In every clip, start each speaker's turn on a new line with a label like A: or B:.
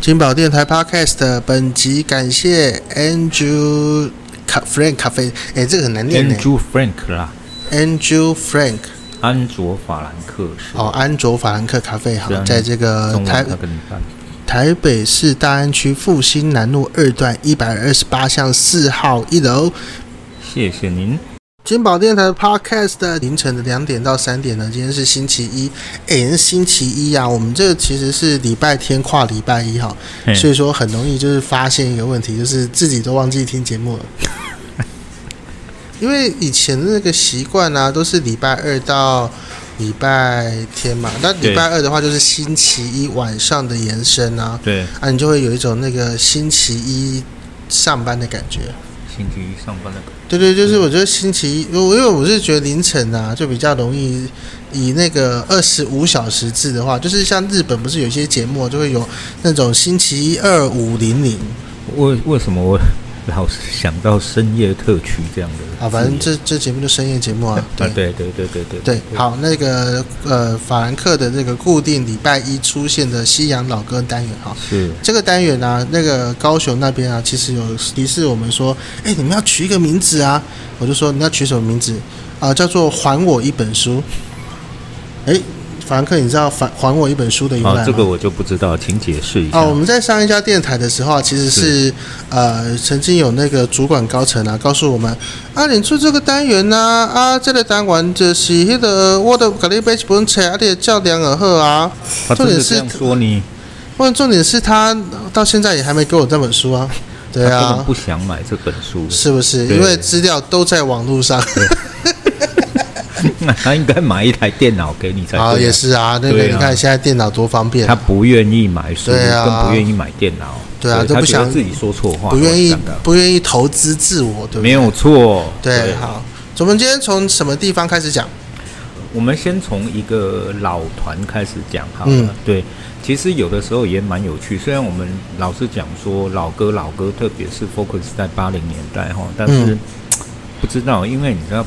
A: 金宝电台 Podcast 本集感谢 Andrew 咖 Frank 咖啡，哎，这个很难念呢。
B: Andrew Frank 啦，
A: Andrew Frank
B: 安卓法兰克是
A: 哦，安卓法兰克咖啡
B: 对
A: 好，
B: 啊
A: 在这个
B: 中文
A: 台
B: 他跟你翻，
A: 台北市大安区复兴南路二段一百二十八巷四号一楼。
B: 谢谢您。
A: 金宝电台 Podcast 的凌晨的两点到三点呢，今天是星期一，哎、那星期一啊，我们这个其实是礼拜天跨礼拜一哈，
B: 嘿
A: 所以说很容易就是发现一个问题，就是自己都忘记听节目了。因为以前的那个习惯啊，都是礼拜二到礼拜天嘛。那礼
B: 对
A: 拜二的话，就是星期一晚上的延伸啊，
B: 对，
A: 啊，你就会有一种那个星期一上班的感觉。
B: 星期一上班的
A: 对对，就是我觉得星期一，我因为我是觉得凌晨啊，就比较容易以那个二十五小时制的话，就是像日本不是有一些节目啊就会有那种星期一二五零零
B: 为为什么我 老是想到深夜特区这样的字眼？
A: 啊，反正这这节目就深夜节目啊，对
B: 啊，对对对对对
A: 对，好，那个呃法兰克的这个固定礼拜一出现的西洋老歌单元哈。
B: 是
A: 这个单元啊，那个高雄那边啊，其实有提示我们说，哎，你们要取一个名字啊。我就说你要取什么名字啊、叫做《还我一本书》。哎，法兰克，你知道还《还我一本书》的由来吗？
B: 啊好，这个我就不知道，请解释一下
A: 哦，。我们在上一家电台的时候啊，其实是呃，曾经有那个主管高层啊，告诉我们啊，你做这个单元呐、啊，这个单元就是那个我的咖喱杯一本册，啊，你的较量而后啊。
B: 他
A: 重
B: 真
A: 点
B: 的
A: 是
B: 这样说你，
A: 不然重点是他到现在也还没给我这本 书啊。对
B: 他根
A: 啊，
B: 本，不想买这本书
A: 是不是？
B: 对
A: 因为资料都在网络上。
B: 那 他应该买一台电脑给你才
A: 啊，
B: 对
A: 也
B: 啊。
A: 是啊，那个
B: 对啊
A: 你看现在电脑多方便
B: 他，不愿意买书，
A: 对啊
B: 更不愿意买电脑，
A: 对啊都
B: 他
A: 不
B: 觉得
A: 想
B: 自己说错话，
A: 不愿意
B: 我想到
A: 不愿意投资自我，对不
B: 没
A: 对？
B: 有错。
A: 对，好，我们今天从什么地方开始讲？
B: 我们先从一个老团开始讲好了。
A: 嗯
B: 对，其实有的时候也蛮有趣。虽然我们老是讲说老歌老歌，特别是 focus 在八零年代哈，但是、
A: 嗯
B: 不知道，因为你知道。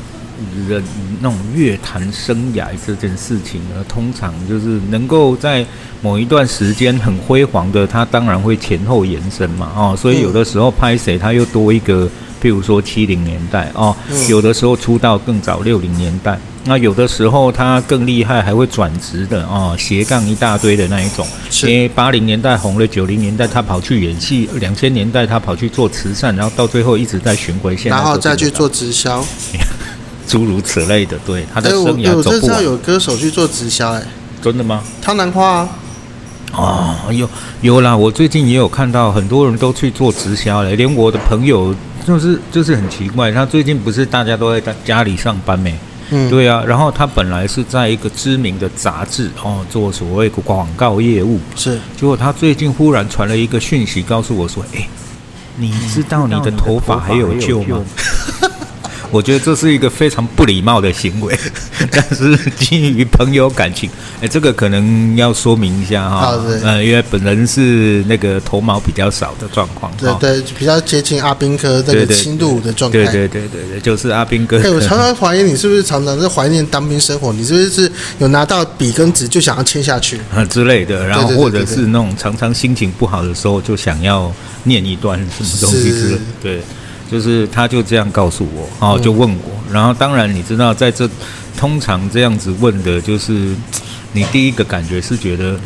B: 人那种乐坛生涯这件事情呢，通常就是能够在某一段时间很辉煌的，它当然会前后延伸嘛，哦，所
A: 嗯
B: 以有的时候拍谁，它又多一个，譬如说七零年代哦，
A: 嗯
B: 有的时候出道更早六零年代，那有的时候他更厉害，还会转职的哦，斜杠一大堆的那一种。
A: 是
B: 因为八零年代红了，九零年代他跑去演戏，两千年代他跑去做慈善，然后到最后一直在巡回线，
A: 然后再去做直销。
B: 诸如此类的，对他的
A: 哎，我
B: 生
A: 对
B: 涯
A: 我
B: 走
A: 真
B: 不
A: 知道
B: 完。
A: 有歌手去做直销，哎，
B: 真的吗？
A: 汤兰花啊，
B: 哦，有有啦，我最近也有看到很多人都去做直销了，连我的朋友就是就是很奇怪，他最近不是大家都在家家里上班没？
A: 嗯，
B: 对啊，然后他本来是在一个知名的杂志哦做所谓广告业务，
A: 是
B: 结果他最近忽然传了一个讯息告诉我说：“哎，你知嗯道你的头发还有救吗？”我觉得这是一个非常不礼貌的行为， 但是基于朋友感情，哎，这个可能要说明一下哈、
A: 好的
B: 呃，因为本人是那个头毛比较少的状况，
A: 对
B: 哈
A: 对，比较接近阿宾哥那
B: 对
A: 个
B: 对
A: 轻度的状态。
B: 哦对对对对对，就是阿兵哥
A: 哎、
B: 可
A: 我
B: 能。
A: 常常怀疑你是不是常常在怀念当兵生活？你是不是有拿到笔跟纸就想要签下去？
B: 啊之类的，然后
A: 对对对
B: 或者
A: 对对
B: 是那种常常心情不好的时候，就想要念一段什么东西之类
A: 是
B: 的，对，就是他就这样告诉我，哦，就问我，然后当然你知道，在这通常这样子问的，就是你第一个感觉是觉得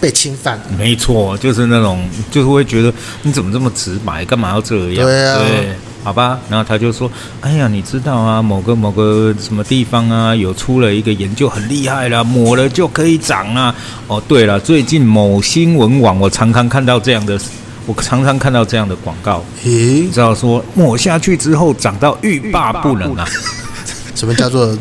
A: 被侵犯了？
B: 没错，就是那种就是会觉得你怎么这么直白，干嘛要这样？
A: 对啊
B: 好吧，然后他就说：“哎呀，你知道啊，某个某个什么地方啊，有出了一个研究，很厉害啦，抹了就可以长啊。”哦，对了，最近某新闻网我常常看到这样的，我常常看到这样的广告，
A: 咦
B: 你，知道说抹下去之后长到欲罢不能啊，
A: 什么叫做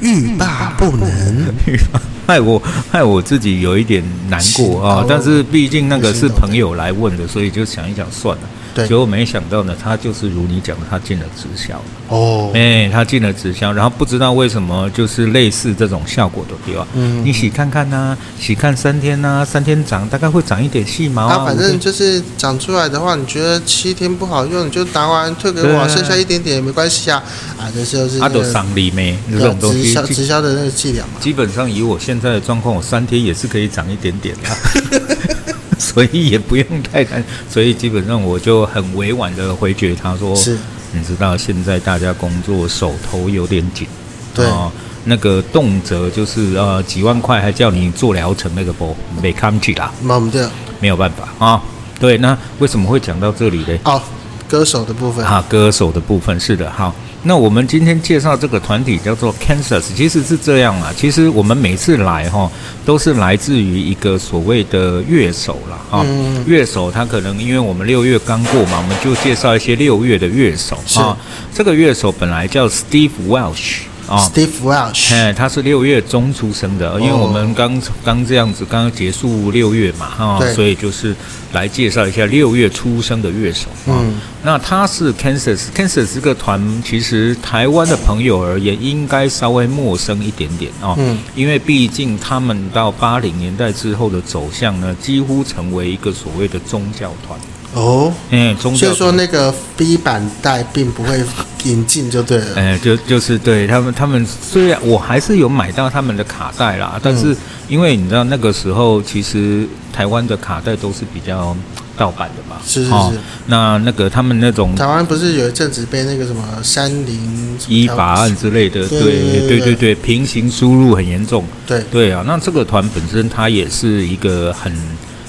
A: 欲罢不能？
B: 欲罢害我害我自己有一点难过啊、
A: 心痛
B: 但是毕竟那个是朋友来问的，所以就想一想算了。
A: 对
B: 结果没想到呢，他就是如你讲的，他进了直销。
A: 哦，
B: 哎、他进了直销，然后不知道为什么就是类似这种效果的地方。
A: 嗯
B: 啊你洗看看呐、洗看三天呐、三天长大概会长一点细毛
A: 啊，
B: 啊。
A: 反
B: 五
A: 正
B: 天
A: 就是长出来的话，你觉得七天不好用，你就打完退给
B: 对
A: 我，
B: 啊
A: 剩下一点点也没关系啊。啊，这就是
B: 阿
A: 那
B: 斗
A: 个
B: 赏梨没这
A: 对啊
B: 种东
A: 直
B: 西哦
A: 销，直销的那个伎俩嘛。
B: 基本上以我现在的状况，我三天也是可以长一点点的。 所以也不用太担，所以基本上我就很委婉的回绝他说，
A: 是
B: 你知道现在大家工作手头有点紧，
A: 对
B: 哦那个动辄就是呃几万块，还叫你做疗程，那个不没看起啦，
A: 那我们的
B: 没有办法啊、对，那为什么会讲到这里嘞？
A: 哦，歌手的部分，
B: 啊，歌手的部分是的，好。那我们今天介绍这个团体叫做 Kansas，其实是这样啊。其实我们每次来哈，都是来自于一个所谓的乐手啦，哈、
A: 嗯
B: 乐手他可能因为我们六月刚过嘛，我们就介绍一些六月的乐手
A: 是
B: 啊。这个乐手本来叫 Steve Welsh 啊，
A: Steve Welsh，
B: 哎，他是六月中出生的，
A: 哦
B: 因为我们刚刚这样子，刚刚结束六月嘛，哈、
A: 对
B: 所以就是来介绍一下六月出生的乐手。啊
A: 嗯，
B: 那他是 Kansas，Kansas 这个团其实台湾的朋友而言应该稍微陌生一点点哦，
A: 嗯
B: 因为毕竟他们到八零年代之后的走向呢，几乎成为一个所谓的宗教团，
A: 哦，
B: 哎，宗教
A: 所以
B: 团
A: 说那个 B 版带并不会引进就对了，
B: 哎，就就是对他们，他们虽然我还是有买到他们的卡带啦，但
A: 嗯
B: 是因为你知道那个时候，其实台湾的卡带都是比较盗版的嘛，
A: 是是
B: 哦
A: 是
B: 那那个他们那种
A: 台湾不是有一阵子被那个什么山林什么
B: 依法案之类的，
A: 对对
B: 对
A: 对
B: 对对，平行输入很严重，
A: 对
B: 对啊，那这个团本身它也是一个很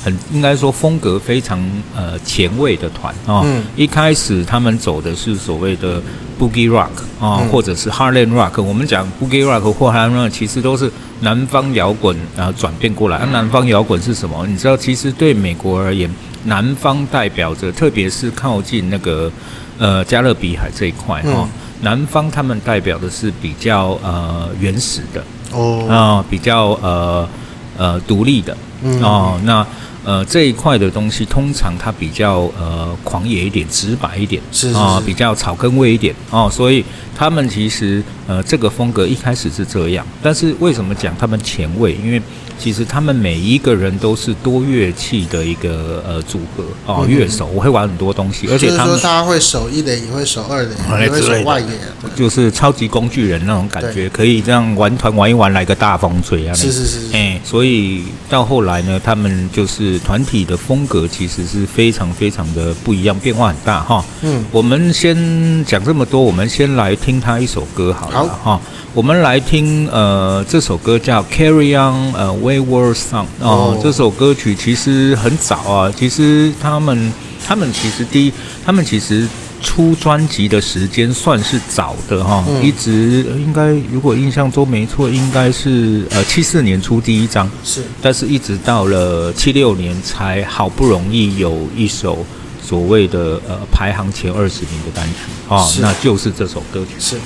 B: 很应该说风格非常呃前卫的团啊、哦
A: 嗯
B: 一开始他们走的是所谓的 boogie rock 啊、
A: 嗯
B: 或者是 Harlem rock。我们讲 boogie rock 或 Harlem rock 其实都是南方摇滚然后转变过来。那、啊南方摇滚是什么？你知道，其实对美国而言，南方代表着特别是靠近那个呃加勒比海这一块哦。
A: 嗯
B: 南方他们代表的是比较呃原始的，
A: 哦，
B: 啊、比较呃呃独立的
A: 嗯
B: 哦，那呃这一块的东西，通常它比较呃狂野一点、直白一点，
A: 是是
B: 啊、
A: 是
B: 比较草根味一点哦，所以他们其实呃这个风格一开始是这样，但是为什么讲他们前卫？因为其实他们每一个人都是多乐器的一个呃组合哦，
A: 嗯
B: 乐手我会玩很多东西，而且
A: 就是
B: 他
A: 说
B: 们
A: 他会守一垒，也会守二垒，
B: 哎
A: 也会守
B: 之类的嗯
A: 外野，对
B: 就是超级工具人那种感觉，可以这样玩团玩一玩，来个大风吹啊，
A: 是是是是，
B: 哎、所以到后来呢，他们就是团体的风格其实是非常非常的不一样，变化很大哈。
A: 嗯，
B: 我们先讲这么多，我们先来听他一首歌好了哈。我们来听呃这首歌叫《Carry On》呃《Wayward Song》哦，
A: 哦
B: 这首歌曲其实很早啊，其实他们他们其实第一，他们其实。出专辑的时间算是早的哈、
A: 嗯
B: 一直呃应该如果印象中没错，应该是呃七四年出第一张，
A: 是
B: 但是一直到了七六年才好不容易有一首所谓的呃排行前二十名的单曲啊、
A: 是
B: 那就是这首歌曲。
A: 是。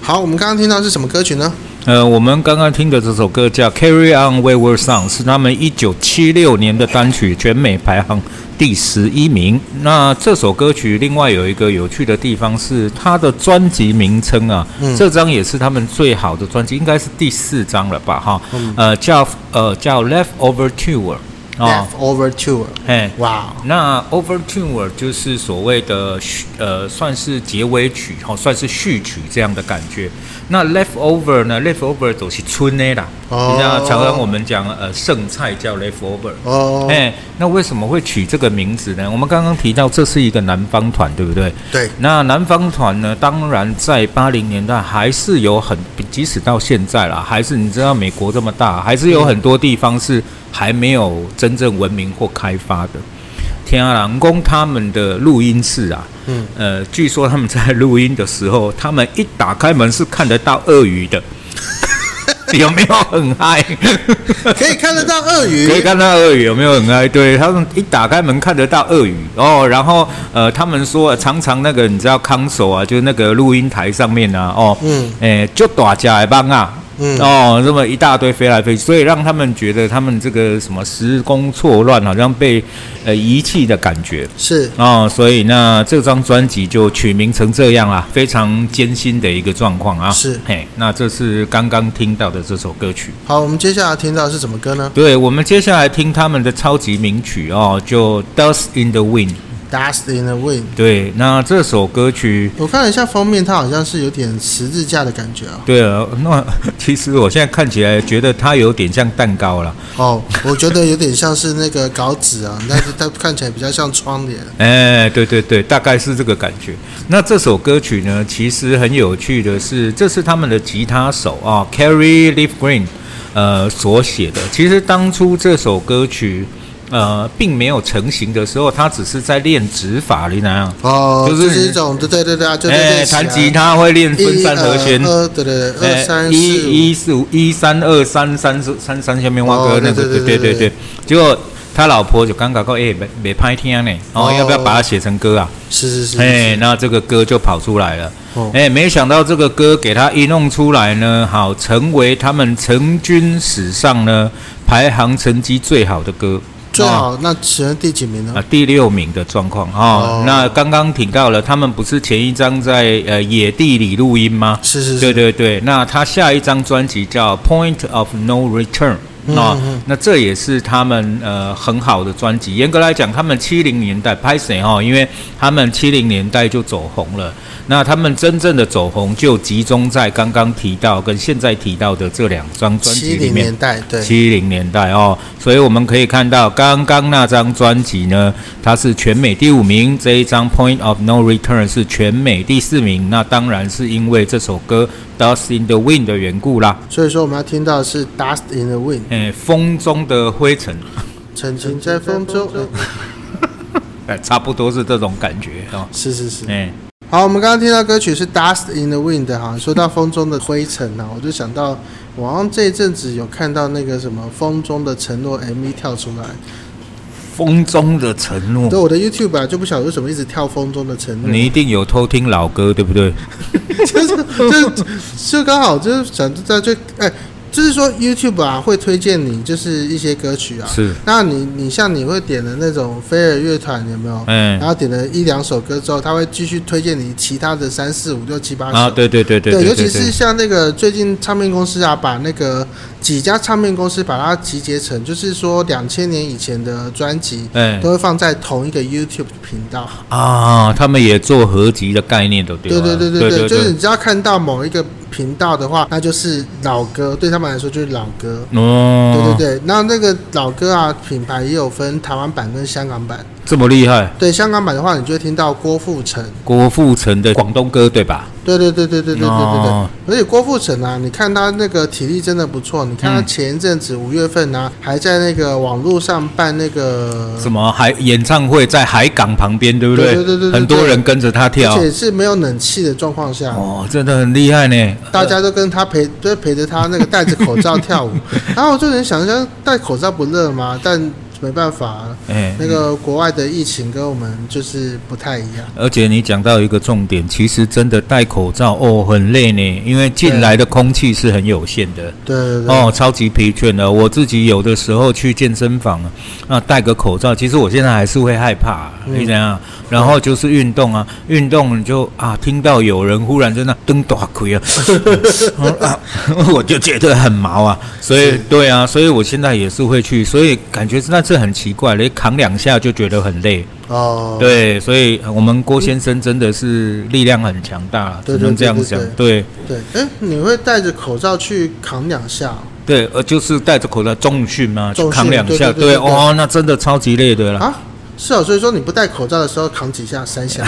A: 好，我们刚刚听到是什么歌曲呢？
B: 呃，我们刚刚听的这首歌叫《Carry On Wayward Song》，是他们一九七六年的单曲，全美排行第十一名。那这首歌曲另外有一个有趣的地方是，它的专辑名称啊，
A: 嗯
B: 这张也是他们最好的专辑，应该是第四张了吧？哈，
A: 嗯
B: 呃，叫呃叫《Leftover Tour》啊，
A: Leftover Tour，
B: 哎，
A: 哇，
B: 那 overture 就是所谓的序呃，算是结尾曲哈、哦，算是序曲这样的感觉。那 leftover 呢？leftover 都是春的啦，
A: 哦
B: 你知道常常我们讲呃剩菜叫 leftover。
A: 哦，
B: 哎、那为什么会取这个名字呢？我们刚刚提到这是一个南方团，对不对？
A: 对，
B: 那南方团呢？当然，在八零年代还是有很，即使到现在啦，还是你知道美国这么大，还是有很多地方是还没有真正文明或开发的。天啊，郎宫他们的录音室啊，
A: 嗯，
B: 呃，据说他们在录音的时候，他们一打开门是看得到鳄 鱼的，有没有很嗨？
A: 可以看得到鳄鱼，
B: 可以看到鳄鱼有没有很爱？对他们一打开门看得到鳄鱼哦，然后呃，他们说呃常常那个你知道康手啊，就是那个录音台上面啊，哦，
A: 嗯，
B: 诶，就打架来帮啊。
A: 嗯
B: 哦，这么一大堆飞来飞去，所以让他们觉得他们这个什么时空错乱，好像被呃遗弃的感觉
A: 是
B: 哦，所以那这张专辑就取名成这样啦，非常艰辛的一个状况啊。
A: 是
B: 嘿，那这是刚刚听到的这首歌曲。
A: 好，我们接下来听到的是什么歌呢？
B: 对，我们接下来听他们的超级名曲哦，就《Dust in the Wind》
A: Dust in the Wind》。
B: 对，那这首歌曲，
A: 我看了一下封面，它好像是有点十字架的感觉哦。
B: 对啊，那 其实我现在看起来觉得它有点像蛋糕啦。
A: 哦，我觉得有点像是那个稿纸啊， 但是它看起来比较像窗帘。
B: 哎，对对对，大概是这个感觉。那这首歌曲呢，其实很有趣的是，这是他们的吉他手啊，Carrie Leaf Green，呃，所写的。其实当初这首歌曲，呃，并没有成型的时候，他只是在练指法，你哪样？
A: 哦，
B: 就
A: 就是是一种对对对对啊，就在
B: 哎，
A: 练习啊
B: 弹吉他会练分
A: 一
B: 散和弦。
A: 二，二对对对，
B: 哎
A: 二三四五
B: 一一四五一三二三三四三三下面挖
A: 哦
B: 哥那
A: 对
B: 个，
A: 对
B: 对
A: 对
B: 对
A: 对
B: 对。结果他老婆就刚搞过，哎，没没拍听呢，哦，
A: 哦
B: 要不要把它写成歌啊？
A: 是是是，
B: 哎，那这个歌就跑出来了
A: 哦。
B: 哎，没想到这个歌给他一弄出来呢，好，成为他们成军史上呢排行成绩最好的歌。
A: 最
B: 哦
A: 好那只能第几名呢
B: 啊？，第六名的状况哦
A: 嗯哦
B: 那刚刚提到了，他们不是前一张在呃野地里录音吗？
A: 是是
B: 对
A: 是，
B: 对对，那他下一张专辑叫《Point of No Return》
A: 嗯
B: 啊、
A: 嗯
B: 那这也是他们呃很好的专辑。严格来讲，他们七零年代拍谁哈？因为他们七零年代就走红了。那他们真正的走红就集中在刚刚提到跟现在提到的这两张专
A: 七
B: 辑里
A: 零
B: 面
A: 年。代对，
B: 七零年代哦，所以我们可以看到刚刚那张专辑呢，它是全美第五名，这一张《Point of No Return》是全美第四名。那当然是因为这首歌《Dust in the Wind》的缘故啦，
A: 所以说我们要听到的是 Dust in the Wind，
B: 诶，风中的灰尘，
A: 曾经在风中，呃
B: 哎，差不多是这种感觉哦。
A: 是是是。
B: 哎，
A: 好，我们刚刚听到歌曲是 Dust in the Wind 哈，说到风中的灰尘啊，我就想到我好像这一阵子有看到那个什么《风中的承诺》MV 跳出来，
B: 风中的承
A: 对
B: 诺，
A: 我的 YouTube 啊就不晓得为什么一直跳《风中的承诺》，
B: 你一定有偷听老歌，对不对？
A: 就是就就刚好就是想在就哎、就是说 YouTube 啊会推荐你就是一些歌曲啊，
B: 是，
A: 那你你像你会点的那种飞儿乐团有没有？
B: 嗯
A: 然，后点了一两首歌之后，他会继续推荐你其他的三四五六七八首。
B: 啊，对对对对
A: 对，
B: 对
A: 尤
B: 对
A: 其是
B: 对，
A: 像那个最近唱片公司啊，把那个几家唱片公司把它集结成，就是说两千年以前的专辑
B: 哎
A: 都会放在同一个 YouTube 频道。
B: 啊，他们也做合集的概念的，对
A: 对
B: 吧
A: 对对
B: 对
A: 对，就是你只要看到某一个频道的话，那就是老歌，对他们来说就是老歌。
B: 哦，
A: 对对对，那那个老歌啊，品牌也有分台湾版跟香港版。
B: 这么厉害，
A: 对香港版的话，你就会听到郭富城。
B: 郭富城的广东歌对吧？
A: 对对对对对对对对对
B: 哦。
A: 而且郭富城啊，你看他那个体力真的不错。你看他
B: 嗯
A: 前一阵子五月份啊，还在那个网络上办那个，
B: 什么海演唱会在海港旁边，对不对？
A: 嗯对对对对对
B: 很多人跟着他
A: 而
B: 跳，
A: 且是没有冷气的状况下，
B: 哦，真的很厉害呢。
A: 大家都跟他陪，都陪着他那个戴着口罩跳舞。 然后我就能想象，戴口罩不热吗？但没办法啊，
B: 哎，
A: 那个国外的疫情跟我们就是不太一样。
B: 而且你讲到一个重点，其实真的戴口罩哦很累呢，因为进
A: 对
B: 来的空气是很有限的。
A: 对对对，
B: 哦，超级疲倦的。我自己有的时候去健身房啊，那戴个口罩，其实我现在还是会害怕、
A: 嗯
B: 你怎样？然后就是运动啊，运动你就啊，听到有人忽然在那蹬大亏啊， 啊我就觉得很毛啊。所以
A: 是
B: 对啊，所以我现在也是会去，所以感觉那是很奇怪，连扛两下就觉得很累。
A: 哦，
B: 对，所以我们郭先生真的是力量很强大，只
A: 对
B: 能
A: 对
B: 这
A: 对
B: 样
A: 对
B: 讲。对
A: 对，哎，你会戴着口罩去扛两下哦？
B: 对，呃，就是戴着口罩重训嘛，去
A: 重训
B: 扛两下，
A: 对对对对对
B: 哦，那真的超级累的啦，
A: 啊，是哦，所以说你不戴口罩的时候扛几下，三下。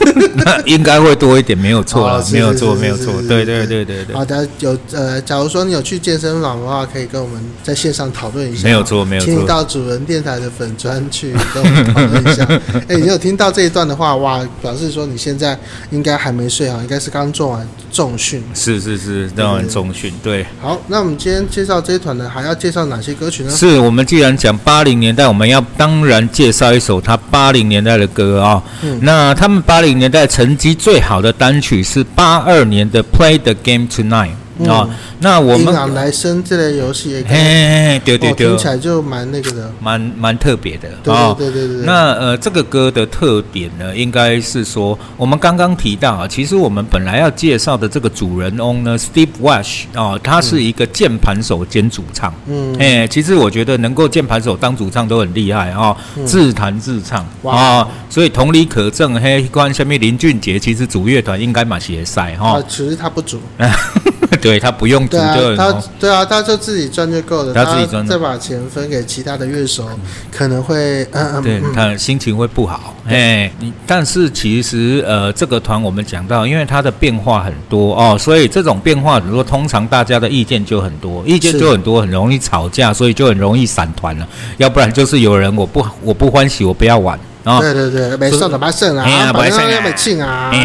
B: 那应该会多一点，没有错啦
A: 哦，是
B: 没有
A: 是
B: 错，
A: 是
B: 没有
A: 是
B: 错
A: 是，是啊
B: 对对
A: 是
B: 对对对，
A: 好的，有呃，假如说你有去健身房的话，可以跟我们在线上讨论一下。
B: 没有错没有错
A: 请你到主人电台的粉专去跟我们讨论 一下。哎，你有听到这一段的话，哇，表示说你现在应该还没睡好，啊应该是刚做完重训。
B: 是是是，让人中训，对，
A: 好，那我们今天介绍这一团呢，还要介绍哪些歌曲呢？
B: 是我们既然讲八零年代，我们要当然介绍一首他八零年代的歌啊、
A: 嗯
B: 那他们八零年代成绩最好的单曲是八二年的《Play the Game Tonight》
A: 嗯
B: 哦，那我
A: 英
B: 们
A: 朗来生这类游戏也
B: 嘿
A: 可以，
B: 嘿嘿，对对
A: 哦，
B: 对
A: 听，起来就蛮那个的。
B: 蛮蛮特别的
A: 对
B: 哦。
A: 对对对对对，
B: 那呃，这个歌的特点呢，应该是说，我们刚刚提到啊，其实我们本来要介绍的这个主人翁呢，Steve Wash 哦，他是一个键盘手兼主唱。
A: 嗯，
B: 哎、其实我觉得能够键盘手当主唱都很厉害哦，
A: 嗯
B: 自弹自唱
A: 哇
B: 啊、哦，所以同理可证，嘿，关下面林俊杰其实主乐团应该蛮协赛
A: 啊
B: 哈，，
A: 其实他不煮，
B: 对他不用哦主
A: 对
B: 就
A: 啊，
B: 很
A: 他
B: 红
A: 对啊，他就自己赚就够了，
B: 他自己赚嗯
A: 再把钱分给其他的乐手，可能会，嗯
B: 对
A: 嗯嗯，
B: 他心情会不好，哎，你但是其实呃，这个团我们讲到，因为它的变化很多哦，所以这种变化，比如说通常大家的意见就很多，意见
A: 是
B: 就很多，很容易吵架，所以就很容易散团了。要不然就是有人我不我不欢喜，我不要玩啊，
A: 对对对，没送的没剩
B: 哎呀
A: 啊，反
B: 没送
A: 正
B: 啊
A: 要没进啊，
B: 哎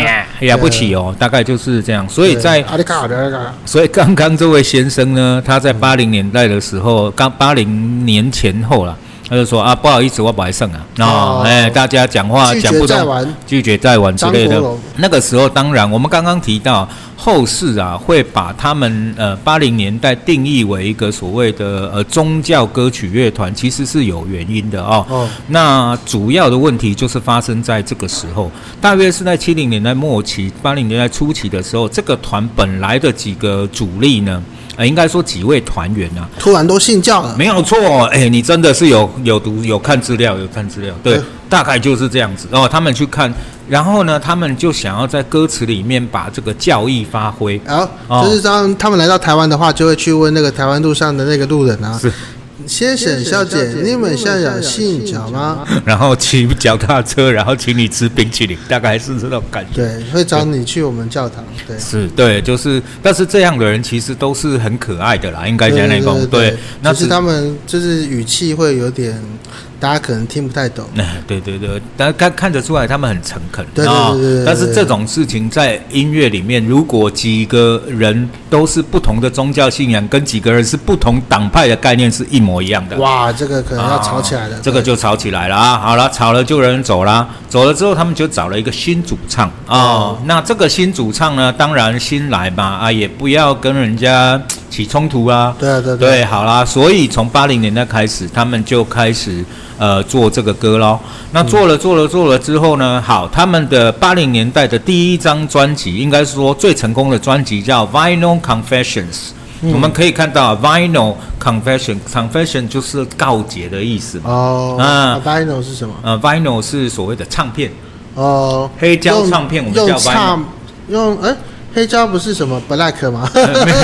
B: 呀，了不起哦，大概就是这样。所以在
A: 阿里卡的，
B: 所以刚刚这位先生呢，他在八零年代的时候，刚八零年前后啦，他就说啊，不好意思，我不爱上啊，哦
A: 哦，
B: 哎，大家讲话
A: 拒
B: 讲
A: 绝
B: 不
A: 再
B: 通，
A: 玩，
B: 拒绝再玩之类
A: 张
B: 的
A: 国荣。
B: 那个时候，当然我们刚刚提到后世啊，会把他们呃八零年代定义为一个所谓的呃宗教歌曲乐团，其实是有原因的哦。
A: 哦，
B: 那主要的问题就是发生在这个时候，大约是在七零年代末期、八零年代初期的时候，这个团本来的几个主力呢，呃，应该说几位团员啊，
A: 突然都信教了，
B: 没有错，哎，你真的是有有读有看资料，有看资料，对
A: 嗯，
B: 大概就是这样子。哦，他们去看，然后呢，他们就想要在歌词里面把这个教义发挥。
A: 然
B: 哦
A: 后就是当他们来到台湾的话，就会去问那个台湾路上的那个路人啊
B: 是，
A: 先生小姐，你们现在有信教吗？
B: 然后骑脚踏车，然后请你吃冰淇淋，大概是这种感觉。
A: 对，会找你去我们教堂，对。
B: 是对，就是，但是这样的人其实都是很可爱的啦，应该讲那种对，那
A: 只是他们就是语气会有点，大家可能听不太懂。
B: 那 对对对，但看看得出来他们很诚恳，
A: 对对
B: 啊
A: 对对对对
B: 但是这种事情在音乐里面，如果几个人都是不同的宗教信仰，跟几个人是不同党派的概念是一模一样的。
A: 哇，这个可能要吵起来了。
B: 啊这个就吵起来了啊！好了，吵了就有人走啦，走了之后他们就找了一个新主唱哦。那这个新主唱呢，当然新来嘛啊，也不要跟人家起冲突啊。
A: 对对对
B: 对，好啦，所以从八零年代开始，他们就开始呃做这个歌喽。那做了做了做了之后呢，好，他们的八零年代的第一张专辑，应该说最成功的专辑叫《Vinyl Confessions》。我
A: 嗯
B: 们可以看到啊 vinyl confession confession 就是告解的意思嘛。
A: 哦，
B: 啊
A: 啊，vinyl 是什么？
B: 呃，vinyl 是所谓的唱片，
A: 哦，
B: 黑胶唱片我们
A: 用
B: 叫
A: 用
B: vinyl，
A: 唱用哎，黑胶不是什么 black 吗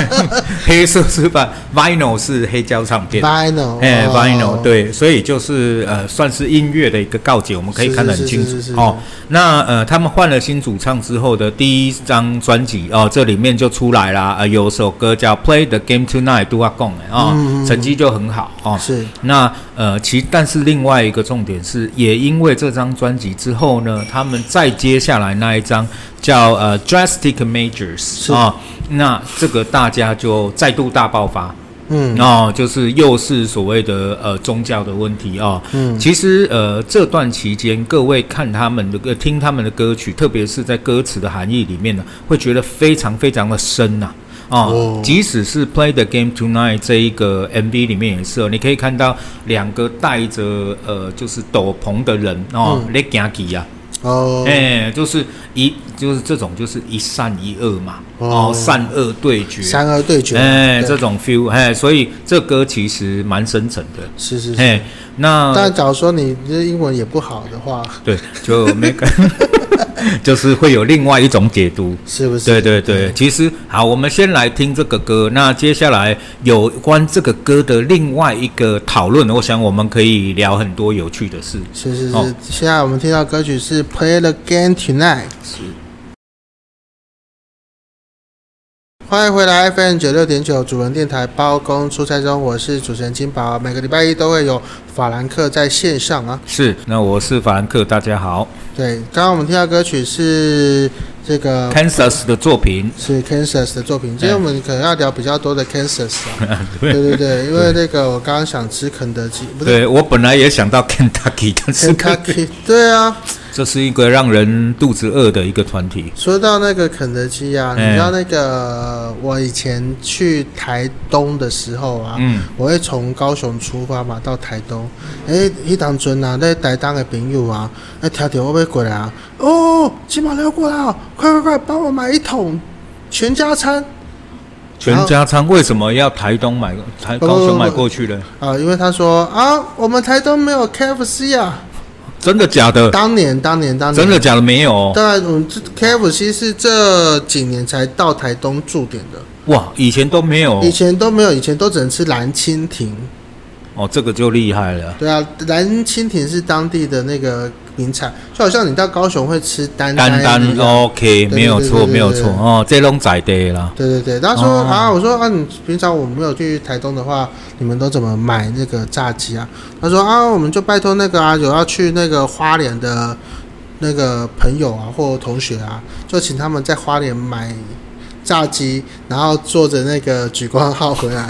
B: 黑色是吧？vinyl 是黑胶唱片。
A: ？vinyl，
B: 哎、
A: 哦
B: v i n y l 对，所以就是呃，算是音乐的一个告解，我们可以
A: 是
B: 看得很
A: 是
B: 清楚
A: 是是是
B: 哦。那呃，他们换了新主唱之后的第一张专辑哦，这里面就出来啦，呃，有首歌叫《Play the Game Tonight》，杜阿贡啊，
A: 嗯嗯嗯
B: 成绩就很好哦。
A: 是
B: 那呃，其但是另外一个重点是，也因为这张专辑之后呢，他们再接下来那一张叫呃《Drastic Measures》
A: 是
B: 啊、那这个大家就再度大爆发。
A: 嗯
B: 哦，就是又是所谓的呃宗教的问题哦。
A: 嗯
B: 其实呃这段期间，各位看他们的歌、听他们的歌曲，特别是在歌词的含义里面呢，会觉得非常非常的深呐、啊。
A: 哦，
B: 哦即使是《Play the Game Tonight》这一个 MV 里面也是哦，你可以看到两个戴着呃就是斗篷的人哦，
A: 嗯
B: 在行去啊，
A: 哦，
B: 哎、就是一就是这种就是一善一恶嘛，
A: 哦
B: 哦，善恶对决，
A: 三二对决，
B: 哎，
A: 对
B: 这种 feel，哎，所以这歌其实蛮深沉的，
A: 是是是。
B: 哎，那
A: 但假如说你这英文也不好的话，
B: 对，就 没感，就是会有另外一种解读。
A: 是不是？嗯
B: 对对对，其实好，我们先来听这个歌。那接下来有关这个歌的另外一个讨论，我想我们可以聊很多有趣的事。
A: 是是是。
B: 哦
A: 现在我们听到歌曲是《Play the Game Tonight》。
B: 是
A: 欢迎回来 FM 九六点九主人电台包公出差中，我是主持人金宝。每个礼拜一都会有法兰克在线上啊。
B: 是，那我是法兰克，大家好。
A: 对，刚刚我们听到歌曲是这个
B: Kansas 哎的作品，
A: 是 Kansas 的作品，今天我们可能要聊比较多的 Kansas 啊。 对对对，因为那个我刚刚想吃肯德基，不是
B: 对我本来也想到 Kentucky，但是
A: Kentucky，对啊，
B: 这是一个让人肚子饿的一个团体。
A: 说到那个肯德基啊，你
B: 嗯
A: 知道那个我以前去台东的时候啊，
B: 嗯，
A: 我会从高雄出发嘛，到台东。诶、迄当阵啊，咧台东的朋友啊，诶，听到我要过来啊，哦，金马要过来哦，快快快，帮我买一桶全家餐
B: 全家餐为什么要台东买台
A: 不
B: 高雄买过去的？
A: 啊、因为他说啊，我们台东没有 KFC 啊，
B: 真的假的？
A: 当年当年当年
B: 呃真的假的？没有
A: 当然，我们这 KFC 是这几年才到台东驻点的。
B: 哇，以前都没有
A: 以前都没有，以前都只能吃蓝蜻蜓。
B: 哦，这个就厉害了。
A: 对啊，蓝蜻蜓是当地的那个名产，就好像你到高雄会吃丹哦
B: 单单
A: 一样
B: OK，
A: 对
B: 没有
A: 对
B: 错，
A: 对
B: 没有
A: 对
B: 错哦，这拢在地啦。
A: 对对对，他说、
B: 哦
A: 啊，我说啊，你平常我没有去台东的话，你们都怎么买那个炸鸡啊？他说啊，我们就拜托那个啊，有要去那个花莲的那个朋友啊或同学啊，就请他们在花莲买炸鸡，然后坐着那个莒光号回来。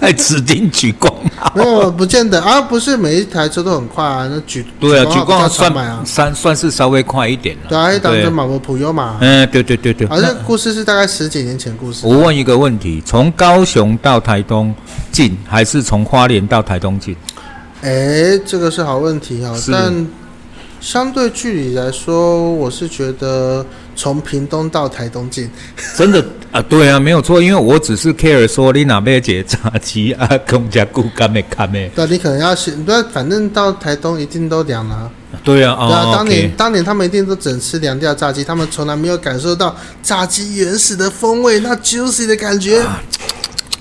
B: 还指定举光，
A: 没有，不见得啊，不是每一台车都很快啊。那举
B: 对啊，举
A: 举
B: 光
A: 比较常买 啊
B: 算，算算是稍微快一点了。
A: 对啊，一档
B: 对
A: 就马博普悠嘛。
B: 嗯，对对对对。
A: 好像故事是大概十几年前故事
B: 我问一个问题：从高雄到台东近，还是从花莲到台东近？
A: 哎，这个是好问题哦。
B: 是
A: 但相对距离来说，我是觉得从屏东到台东近，
B: 真的啊，对啊，没有错，因为我只是 care 说你哪边解炸鸡啊，跟我们家顾干没看没？
A: 对，你可能要先，对，反正到台东一定都凉了、
B: 对啊，
A: 对啊，
B: 哦
A: 当年
B: ，OK，
A: 当年他们一定都只能吃凉掉炸鸡，他们从来没有感受到炸鸡原始的风味，那 juicy 的感觉，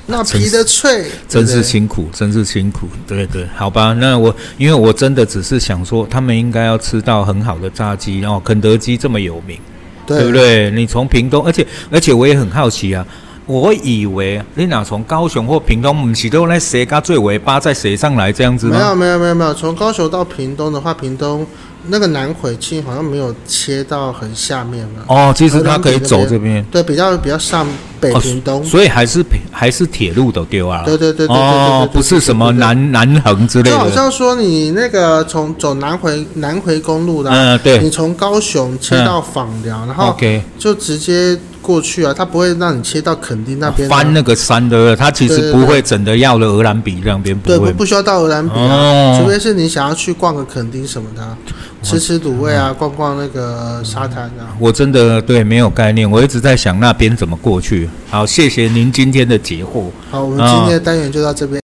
A: 那皮的脆，
B: 啊真
A: 对
B: 是
A: 不对
B: 辛苦，真是辛苦，对对，好吧，那我因为我真的只是想说，他们应该要吃到很好的炸鸡，然后肯德基这么有名。对不
A: 对
B: 对？你从屏东，而且而且我也很好奇啊，我以为你哪从高雄或屏东，我们都来谁嘎最尾巴再谁上来这样子
A: 没
B: 吗？
A: 有没有没有没有，从高雄到屏东的话，屏东那个南回去好像没有切到很下面了，
B: 哦，其实它可以走这边，
A: 对，比较比较上北
B: 哦
A: 屏东，
B: 所以还是平还是铁路的丢啊。
A: 对对对对对对对对
B: 哦
A: 对，
B: 不是什么
A: 对对
B: 南南横之类
A: 就好
B: 的。
A: 像说你那个从走南回南回公路的啊，
B: 嗯，
A: 你
B: 对。嗯
A: 从高雄切到访寮，然后
B: OK，
A: 就直接过去啊，它不会让你切到垦丁那边啊、
B: 翻那个山的，它其
A: 对
B: 实
A: 对
B: 不
A: 对
B: 会整的要了鹅兰比那边不
A: 对，不
B: 会。
A: 不需要到鹅銮比啊，除
B: 哦，
A: 非是你想要去逛个垦丁什么的啊、吃吃卤味啊，逛逛那个沙滩啊。
B: 我真的对没有概念，我一直在想那边怎么过去。好，谢谢您今天的解惑。
A: 好，我们今天的单元就到这边。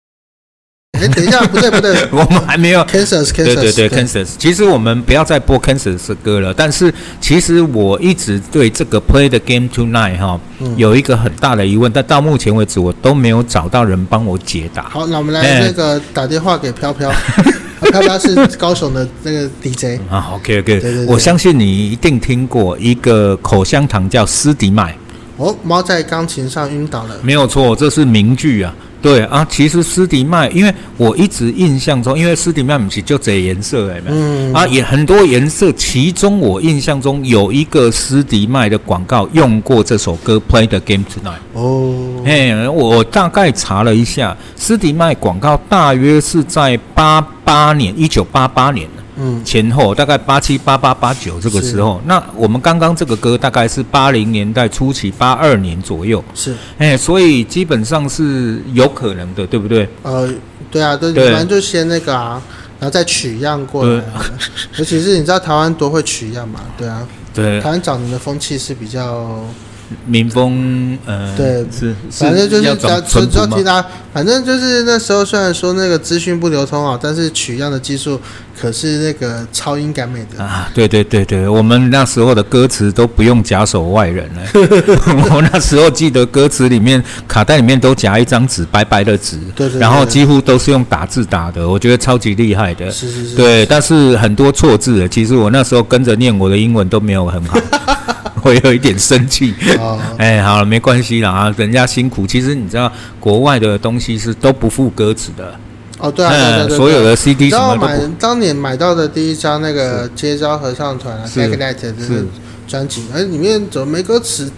A: 哎、等一下，不对不 对
B: 我们还没有
A: ，Kansas Kansas，
B: 啊对对对，Kansas。其实我们不要再播 Kansas 的歌了，但是其实我一直对这个 Play the Game Tonight 哈、
A: 嗯
B: 有一个很大的疑问，但到目前为止我都没有找到人帮我解答。
A: 好，那我们来
B: 哎
A: 那个打电话给飘飘，啊飘飘是高雄的那个 DJ，
B: 啊，OK OK，
A: 对对对
B: 我相信你一定听过一个口香糖叫斯迪麦，
A: 哦，猫在钢琴上晕倒了。
B: 没有错，这是名句啊。对啊，其实斯迪麦，因为我一直印象中，因为斯迪麦不是就这颜色哎、
A: 嗯，
B: 啊，也很多颜色，其中我印象中有一个斯迪麦的广告用过这首歌《Play the Game Tonight》。
A: 哦，
B: 哎，我大概查了一下，斯迪麦广告大约是在八八年，一九八八年
A: 嗯，
B: 前后，大概八七、八八、八九这个时候。那我们刚刚这个歌大概是八零年代初期，八二年左右。
A: 是，
B: 哎，所以基本上是有可能的，对不对？
A: 呃，对啊，对，
B: 对
A: 反正就先那个啊，然后再取样过来啊。尤其是你知道台湾多会取样嘛？对啊，
B: 对
A: 台，湾早年的风气是比较，
B: 民风，呃，
A: 对
B: 是，
A: 反正就是
B: 要
A: 只要
B: 转
A: 只
B: 淳
A: 只要
B: 朴吗
A: 提？他，反正就是那时候虽然说那个资讯不流通啊，但是取样的技术可是那个超音感美的。
B: 啊，对对对对，我们那时候的歌词都不用夹手外人 了。我那时候记得歌词里面卡带里面都夹一张纸，白白的纸，
A: 对对对
B: 然后几乎都是用打字打的，我觉得超级厉害的。
A: 是是是，
B: 对，但是很多错字的，其实我那时候跟着念，我的英文都没 有很好，我有一点生气。
A: 哦，
B: 哎，好了，没啊关系啦，人家辛苦。其实你知道，国外的东西是都不附歌词的，哎
A: 哦，对啊，对对对对，
B: 所有的 CD
A: 你知
B: 什
A: 道
B: 么
A: 我
B: 都
A: 买
B: 不
A: 当年买到的第一张那个街招合唱团啊
B: 是
A: ，Tech Night 的那个
B: 是
A: 专辑，而里面怎么没歌词？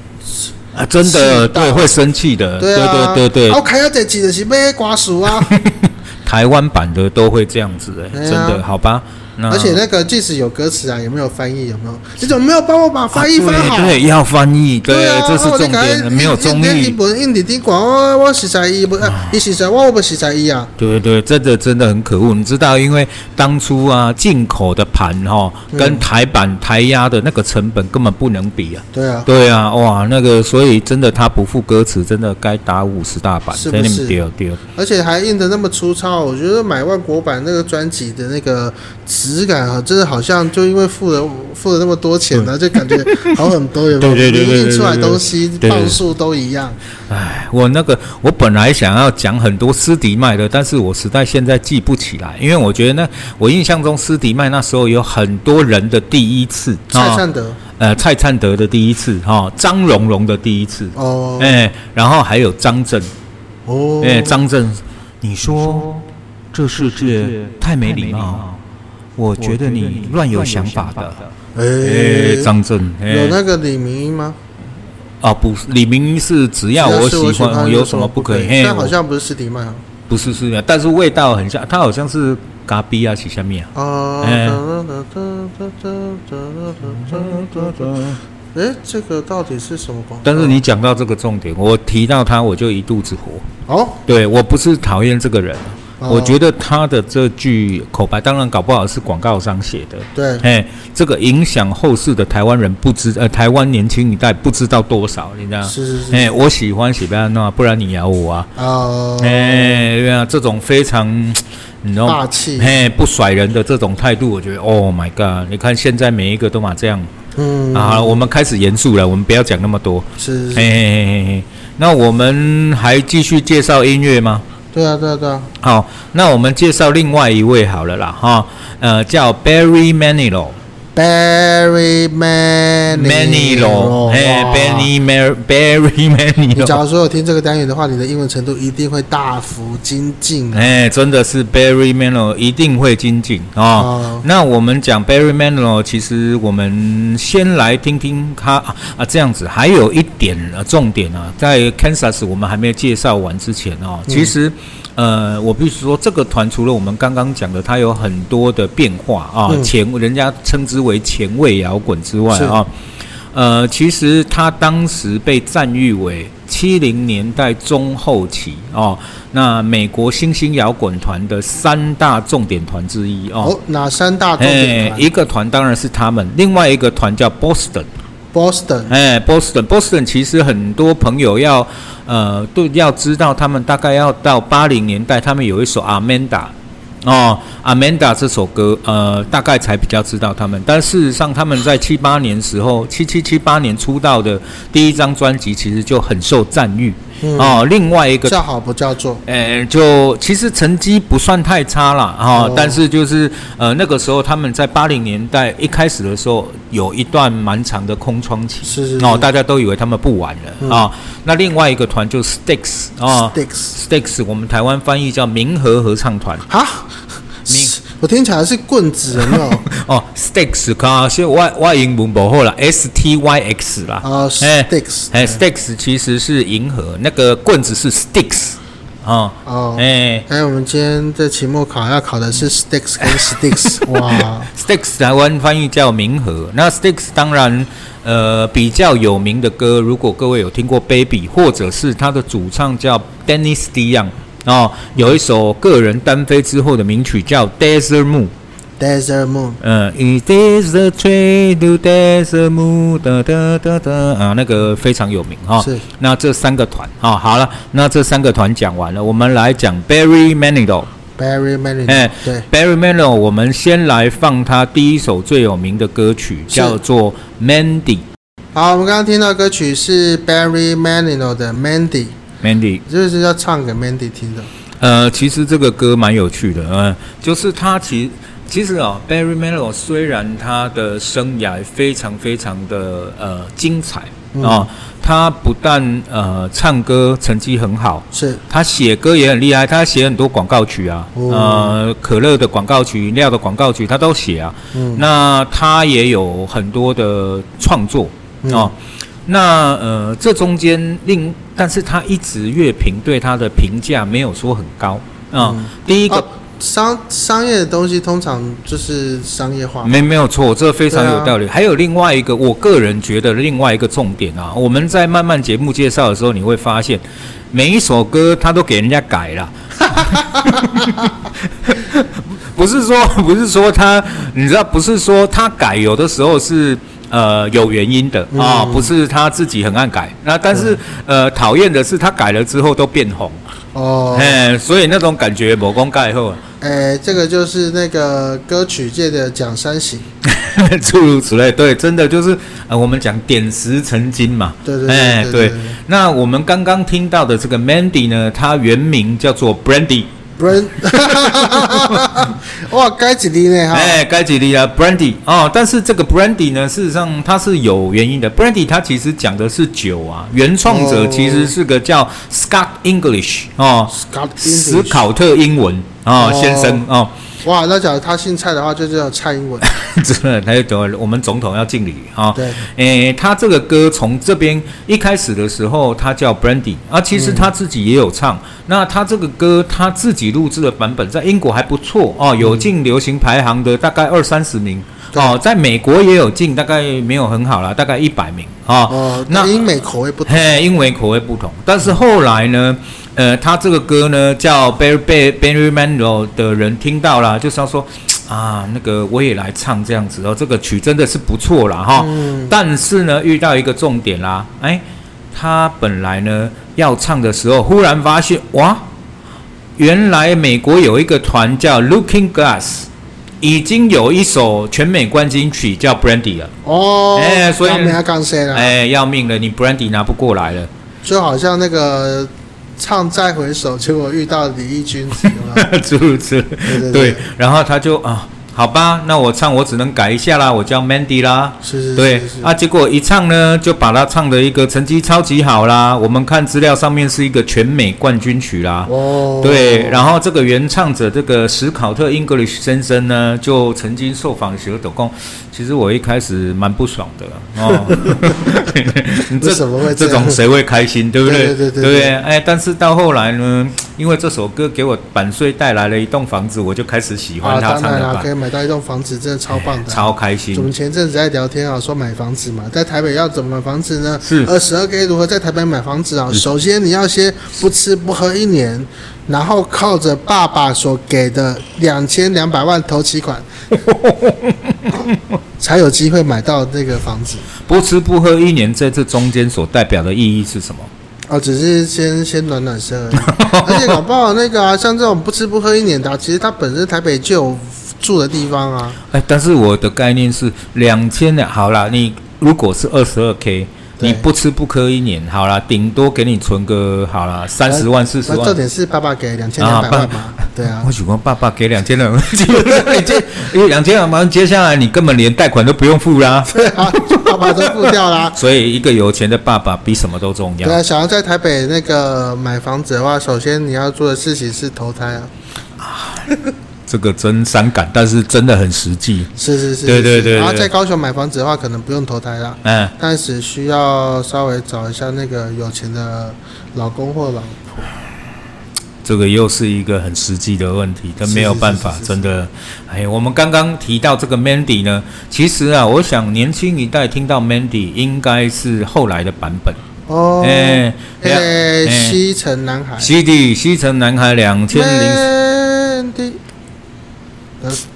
B: 啊，真的
A: 气到
B: 对会生气的，对
A: 啊，
B: 呃对对
A: 啊我
B: 对，
A: 开要得几的是被瓜熟啊，
B: 台湾版的都会这样子哎，
A: 对啊
B: 真的好吧？那啊
A: 而且那个即使有歌词啊，也没有翻译，有没有？你怎么没有帮我把翻译翻好？
B: 啊对对要翻译，对
A: 啊，
B: 这是
A: 我就赶
B: 重
A: 快
B: 点，没有中啊
A: 你你
B: 译
A: 你，不印尼丁管我我是在一不，你是在我我不是在一啊，
B: 对对，真的真的很可恶。你知道，因为当初啊，进口的盘哈、哦，
A: 嗯
B: 跟台版台压的那个成本根本不能比啊。
A: 对啊，
B: 对啊，哇，那个，所以真的他不付歌词，真的该打五十大板，
A: 是不
B: 真
A: 是
B: 的丢丢。
A: 而且还印的那么粗糙，我觉得买万国版那个专辑的那个质感啊，真的好像就因为付了付了那么多钱呢、就感觉好很多，有没有？
B: 对对对对对
A: 印出来东西
B: 对
A: 磅数都一样，
B: 哎，我那个，我本来想要讲很多斯迪麦的，但是我实在现在记不起来，因为我觉得那我印象中斯迪麦那时候有很多人的第一次
A: 蔡
B: 哦
A: 善德
B: 呃，蔡灿德的第一次哈、哦，张荣荣的第一次，
A: 哦
B: 哎、然后还有张震。
A: 哦，
B: 哎、张震，你说这世界太没礼貌，我觉得你乱有想法的。哎，
A: 哎，
B: 张震，哎
A: 有那个李明吗？
B: 啊，不是，李明是只要我
A: 只
B: 喜欢，我有
A: 有
B: 什么不可以？嘿
A: 但好像不是实体卖啊，
B: 不是是，但是味道很像，它好像是咖啡啊，是下面啊。
A: 哦
B: 哎
A: 哎，这个到底是什么广告？
B: 但是你讲到这个重点，我提到他我就一肚子火。
A: 哦，
B: 对我不是讨厌这个人，我觉
A: 得
B: 得他的这句口白，当然搞不好是广告商写的，
A: 对，
B: 哎，这个影响后世的台湾人不知，呃，台湾年轻一代不知道多少，你知道？
A: 是是是，
B: 哎，我喜欢喜贝安娜，不然你咬我啊！
A: 哦，
B: 哎，对啊，这种非常，你知道吗
A: 霸，气，
B: 哎，不甩人的这种态度，我觉得，Oh my god！你看现在每一个都嘛这样
A: 嗯
B: 啊。我们开始严肃了，我们不要讲那么多。
A: 是，
B: 哎，嘿嘿嘿那我们还继续介绍音乐吗？
A: 对啊对啊对啊，
B: 好，那我们介绍另外一位好了啦，哈，呃，叫 Barry Manilow。
A: Barry Manilow，
B: Many 咯，哎
A: 哇
B: ，Benny Mar Barry Many
A: 你假
B: 咯，
A: 如说有听这个单元的话，你的英文程度一定会大幅精进啊
B: 哎，真的是 Barry Manilow 一定会精进哦。
A: 哦，
B: 那我们讲 Barry Manilow，其实我们先来听听他啊啊这样子。还有一点呃重点啊，在 Kansas 我们还没有介绍完之前
A: 嗯
B: 哦，其实呃，我必须说这个团除了我们刚刚讲的，它有很多的变化啊，
A: 嗯
B: 前人家称之为前卫摇滚之外
A: 是
B: 啊。呃，其实他当时被赞誉为七零年代中后期哦，那美国新兴摇滚团的三大重点团之一哦
A: 哦。哪三大重
B: 哎
A: 点，团
B: 一个团当然是他们，另外一个团叫 Boston。
A: ？Boston，
B: 哎，Boston，Boston 其实很多朋友要，呃，都要知道他们大概要到八零年代，他们有一首《Amanda》哦，《Amanda》这首歌，呃，大概才比较知道他们。但事实上，他们在七八年时候，七七七八年出道的第一张专辑，其实就很受赞誉、
A: 嗯
B: 哦。另外一个
A: 叫好不叫座，
B: 呃，就其实成绩不算太差啦，哈、
A: 哦
B: 但是就是呃那个时候他们在八零年代一开始的时候有一段蛮长的空窗期，
A: 是是是
B: 哦，大家都以为他们不玩了啊、
A: 嗯
B: 那另外一个团就是 Sticks 啊、
A: Sticks
B: s t i c k s 我们台湾翻译叫明和合唱团
A: 哈，
B: 明
A: 我听起来是棍子，有没 有？
B: 哦，Sticks 啊，是外外英文不好啦 s T Y X 啦，
A: 啊
B: 哎
A: ，Sticks，
B: 哎，Sticks 其实是银河，那个棍子是 Sticks 啊、
A: 哦，
B: 哎。
A: 哎，我们今天的期末考要考的是 sticks 跟 sticks，哇，
B: Sticks 台湾翻译叫明和。那 Sticks 当然，呃，比较有名的歌，如果各位有听过 Baby，或者是他的主唱叫 Dennis Dion 哦，有一首个人单飞之后的名曲叫 Desert Moon。
A: Desert Moon，
B: 呃，Is this the tree to desert moon？哒哒哒哒啊，那个非常有名哈、
A: 是
B: 那这三个团啊、好了，那这三个团讲完了，我们来讲 Barry Manilow。
A: Barry Manilow，、
B: 哎
A: 嗯对，
B: Barry Manilow，我们先来放他第一首最有名的歌曲，
A: 是
B: 叫做《Mandy》。
A: 好，我们刚刚听到的歌曲是 Barry Manilow 的 Mandy，
B: Mandy，
A: 就是要唱给 Mandy 听的，
B: 呃，其实这个歌蛮有趣的，嗯、就是他其其实哦，Barry Manilow 虽然他的生涯非常非常的呃精彩，
A: 嗯
B: 哦，他不但呃唱歌成绩很好，
A: 是
B: 他写歌也很厉害，他写很多广告曲啊，
A: 哦
B: 呃，可乐的广告曲、饮料的广告曲，他都写啊。
A: 嗯
B: 那他也有很多的创作
A: 嗯
B: 哦。那呃，这中间另，但是他一直乐评对他的评价没有说很高啊、
A: 嗯
B: 第一个、
A: 哦商商业的东西通常就是商业化嘛，
B: 没没有错，这非常
A: 对啊
B: 有道理。还有另外一个，我个人觉得另外一个重点啊，我们在慢慢节目介绍的时候，你会发现每一首歌他都给人家改了。 不是说不是说他，你知道不是说他改，有的时候是呃有原因的
A: 嗯
B: 啊、不是他自己很爱改。那但是呃讨厌的是他改了之后都变红，
A: 哦，
B: 哎、所以那种感觉某功盖后啊，
A: 哎，这个就是那个歌曲界的蒋三喜，
B: 诸如此类，对，真的就是呃，我们讲点石成金嘛，
A: 对对
B: 哎
A: 对对
B: 对。那我们刚刚听到的这个 Mandy 呢，她原名叫做 Brandy，
A: 不 然，哇，该几粒呢哈？
B: 哎，该吉利啊，Brandy 哦，但是这个 Brandy 呢，事实上它是有原因的。Brandy 它其实讲的是酒啊，原创者
A: 哦
B: 其实是个叫 Scott English 哦，
A: Scott
B: 史
A: English
B: 考特英文哦
A: 哦
B: 先生哦，
A: 哇，那假如他姓蔡的话，就叫蔡 英文。
B: 真的，他就等我们总统要敬礼啊。
A: 对，
B: 诶、他这个歌从这边一开始的时候，他叫 Brandy 啊，其实他自己也有唱。
A: 嗯
B: 那他这个歌他自己录制的版本在英国还不错哦，有进流行排行的大概二三十名
A: 对
B: 哦，在美国也有进，大概没有很好啦，大概一百名啊。
A: 哦，
B: 那
A: 那英美口味不同。
B: 嘿，因为口味不同。但是后来呢，呃，他这个歌呢叫 Barry Barry- Barry Manilow 的人听到了，就是要说啊，那个我也来唱这样子哦，这个曲真的是不错啦哈。
A: 嗯
B: 但是呢，遇到一个重点啦，哎，他本来呢要唱的时候，忽然发现哇，原来美国有一个团叫 Looking Glass。已经有一首全美冠军曲叫 Brandy 了，
A: 哦，
B: 哎所以
A: 他们要刚谁了？
B: 哎，要命了，你 Brandy 拿不过来了。
A: 就好像那个唱《再回首》，结果遇到李翊君子有没 有
B: 诸如此类。
A: 对对
B: 对
A: 对，
B: 然后他就啊，好吧，那我唱我只能改一下啦，我叫 Mandy 啦。
A: 是是，
B: 对
A: 是是
B: 啊，结果一唱呢，就把他唱的一个成绩超级好啦。我们看资料上面是一个全美冠军曲啦。
A: 哦，
B: 对，然后这个原唱者这个史考特 English 先生呢，就曾经受访的时候都讲，其实我一开始蛮不爽的 哦，你这
A: 为什么会这
B: 这
A: 样
B: 种谁会开心，对不对？
A: 对对对对
B: 不哎，但是到后来呢，因为这首歌给我版税带来了一栋房子，我就开始喜欢
A: 啊，
B: 他
A: 当
B: 唱
A: 然
B: 的
A: 啦，
B: 版，
A: 可以买到一栋房子，真的超棒的啊。
B: 超开
A: 我们
B: 心。
A: 前阵子在聊天啊，说买房子嘛，在台北要怎么买房子呢？
B: 是
A: 二十二 K 如何在台北买房子啊？首先你要先不吃不喝一年，然后靠着爸爸所给的两千两百万投期款， 才有机会买到那个房子。
B: 不吃不喝一年，在这中间所代表的意义是什么？
A: 哦，只是先先暖暖身而 已，而且搞不好那个啊，像这种不吃不喝一年的啊、其实它本身台北就有住的地方啊。
B: 哎，但是我的概念是两千两，好啦，你如果是二十二 k，
A: 对
B: 你不吃不喝一年，好啦，顶多给你存个好啦三十万四十
A: 那重
B: 万。
A: 点是爸爸给两千两百万嘛，对啊
B: 我，喜欢爸爸给两千两， 你接因为两千两万，接下来你根本连贷款都不用 付啦。
A: 对啊，爸爸都付掉啦、
B: 所以一个有钱的爸爸比什么都重要
A: 对啊，想要在台北那个买房子的话，首先你要做的事情是投胎啊。
B: 这个真伤感，但是真的很实际。
A: 是是是，
B: 对对
A: 是
B: 对对
A: 然后在高雄买房子的话，可能不用投胎啦，
B: 嗯，
A: 但是需要稍微找一下那个有钱的老公或老婆。
B: 这个又是一个很实际的问题，但没有办法，
A: 是是是是是
B: 真的。哎，我们刚刚提到这个 Mandy 呢，其实啊，我想年轻一代听到 Mandy 应该是后来的版本。
A: 哦，
B: 哎、两
A: 嘿
B: 哎
A: 西城男孩，
B: 西地西城男孩两千零，
A: Mandy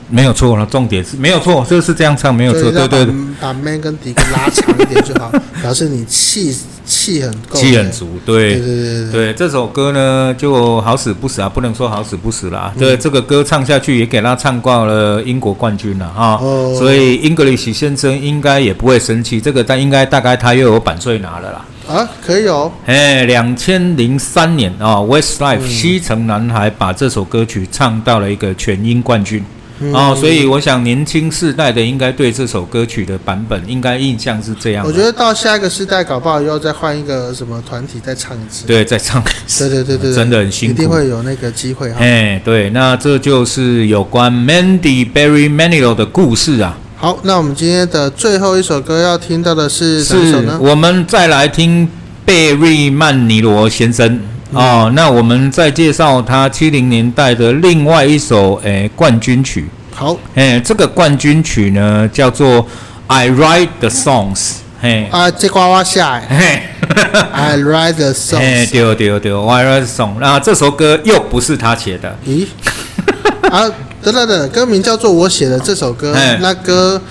B: 没有错了，重点是没有错，就是这样唱没有错，对对对，，
A: 把把 man 跟迪克拉长一点就 好，表示你气气很够，
B: 气很，足，对。
A: 对对对对，
B: 对这首歌呢，就好死不死啊，不能说好死不死
A: 嗯
B: 啦。对，这个歌唱下去也给他唱挂了英国冠军了啊，
A: 哦
B: 所以 English 先生应该也不会生气，这个但应该大概他又有版税拿了啦。
A: 啊，可以哦，
B: 哎，两千零三年啊、w e s t l i f e 西城男孩把这首歌曲唱到了一个全英冠军。
A: 嗯
B: 哦，所以我想年轻世代的应该对这首歌曲的版本应该印象是这样吧。
A: 我觉得到下一个世代，搞不好又要再换一个什么团体再唱一次。
B: 对，再唱一次。
A: 对对对对，对
B: 真的很辛苦
A: 一定会有那个机会哈。
B: 哎，对，那这就是有关 Mandy Barry Manilow 的故事啊。
A: 好，那我们今天的最后一首歌要听到的是哪一首呢？
B: 我们再来听贝瑞曼尼罗先生。
A: 嗯
B: 哦，那我们再介绍他七零年代的另外一首诶冠军曲，
A: 好
B: 诶，这个冠军曲呢叫做《I Write the Songs》，嘿，
A: 啊，这瓜瓜下 哎
B: 嘿，
A: ，I write the
B: 嘿，
A: songs。
B: 哎对对对，《I Write the Song》，那这首歌又不是他写的，
A: 咦？啊，等等等，歌名叫做《我写的这首歌
B: 哎》，
A: 那歌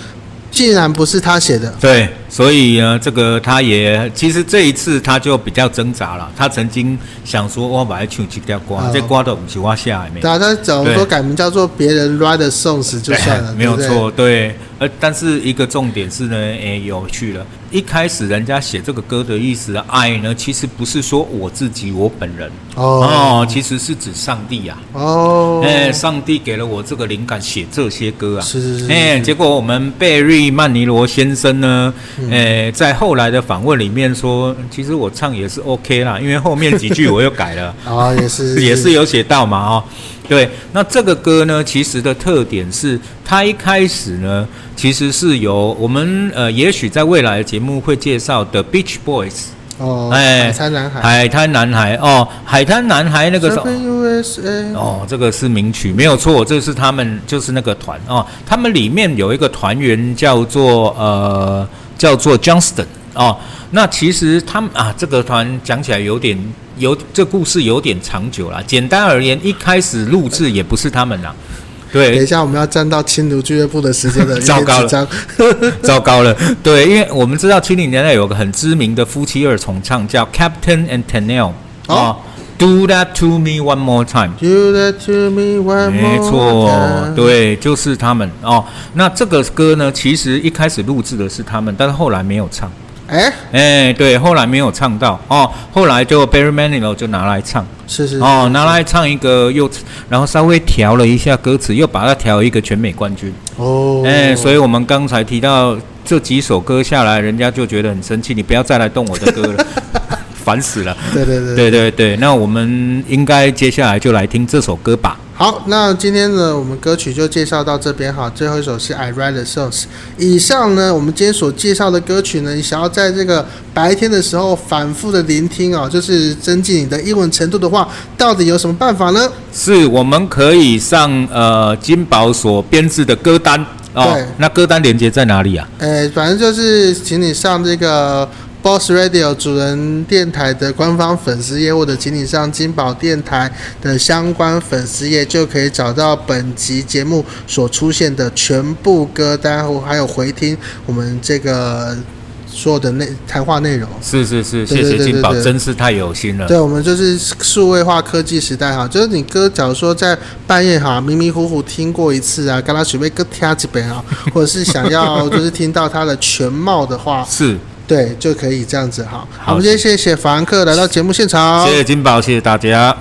A: 竟然不是他写的。
B: 对，所以呢，这个他也其实这一次他就比较挣扎了。他曾经想说，我把它唱这条歌
A: 哦，
B: 这歌都不是我下来没。
A: 对啊，他假如说
B: 对
A: 改名叫做别人 write the songs 就算了，
B: 没有
A: 对不对。
B: 错，对。呃，但是一个重点是呢，诶，有趣了。一开始人家写这个歌的意思，爱呢，其实不是说我自己我本人
A: 哦
B: 哦其实是指上帝啊。
A: 哦，
B: 哎、上帝给了我这个灵感写这些歌啊，
A: 是是是
B: 哎、
A: 是，
B: 结果我们贝瑞曼尼罗先生呢，哎、在后来的访问里面说，其实我唱也是 OK 啦，因为后面几句我又改了
A: 啊，也 是
B: 也是有写到嘛哦。对，那这个歌呢，其实的特点是，它一开始呢，其实是由我们呃，也许在未来的节目会介绍的 Beach Boys
A: 哦，
B: 哎
A: 海滩男孩，
B: 海滩男孩哦，海滩男孩那个时候。
A: USA，
B: 哦，这个是名曲，没有错，这是他们就是那个团哦，他们里面有一个团员叫做呃叫做 Johnston 哦，那其实他们啊这个团讲起来有点有这故事有点长久啦。简单而言，一开始录制也不是他们啦，
A: 等
B: 对
A: 一，下我们要站到青竹俱乐部的时间的
B: 糟糕了
A: 一篇纸
B: 糟糕了，对，因为我们知道七零年代有个很知名的夫妻二重唱叫 Captain and Tennille
A: 哦
B: 哦，Do that to me one more time。
A: 张 Do that to me one more
B: 没错
A: time，
B: 对，就是他们哦。那这个歌呢，其实一开始录制的是他们，但是后来没有唱。
A: 哎，
B: 哎，对，后来没有唱到哦，后来就 Barry Manilow 就拿来唱
A: 是是，
B: 哦，拿来唱一个又，然后稍微调了一下歌词，又把它调一个全美冠军。
A: 哦，
B: 哎，所
A: 以
B: 以我们刚才提到这几首歌下来，人家就觉得很生气，你不要再来动我的歌 了，烦死了。
A: 对对对
B: 对对对，那我们应该接下来就来听这首歌吧。
A: 好，那今天呢，我们歌曲就介绍到这边哈。最后一首是《I Write the Songs》。以上呢，我们今天所介绍的歌曲呢，你想要在这个白天的时候反复的聆听哦，就是增进你的英文程度的话，到底有什么办法呢？
B: 是我们可以上呃金宝所编制的歌单
A: 对
B: 哦。那歌单连接在哪里啊？
A: 呃，反正就是请你上这个 Boss Radio 主人电台的官方粉丝页，或者请你上金宝电台的相关粉丝页，就可以找到本集节目所出现的全部歌单，或还有回听我们这个所有的内谈话内容。
B: 是是是，
A: 对
B: 谢
A: 对
B: 谢
A: 对
B: 金宝，
A: 对对
B: 真是太有心了。
A: 对，我们就是数位化科技时代哈，就是你歌，假如说在半夜哈迷迷糊糊听过一次啊，刚刚随便歌听几遍啊，或者是想要就是听到它的全貌的话，
B: 是，
A: 对，就可以这样子哈。
B: 好
A: 我们今天谢谢法兰克来到节目现场，
B: 谢谢金宝，谢谢大家。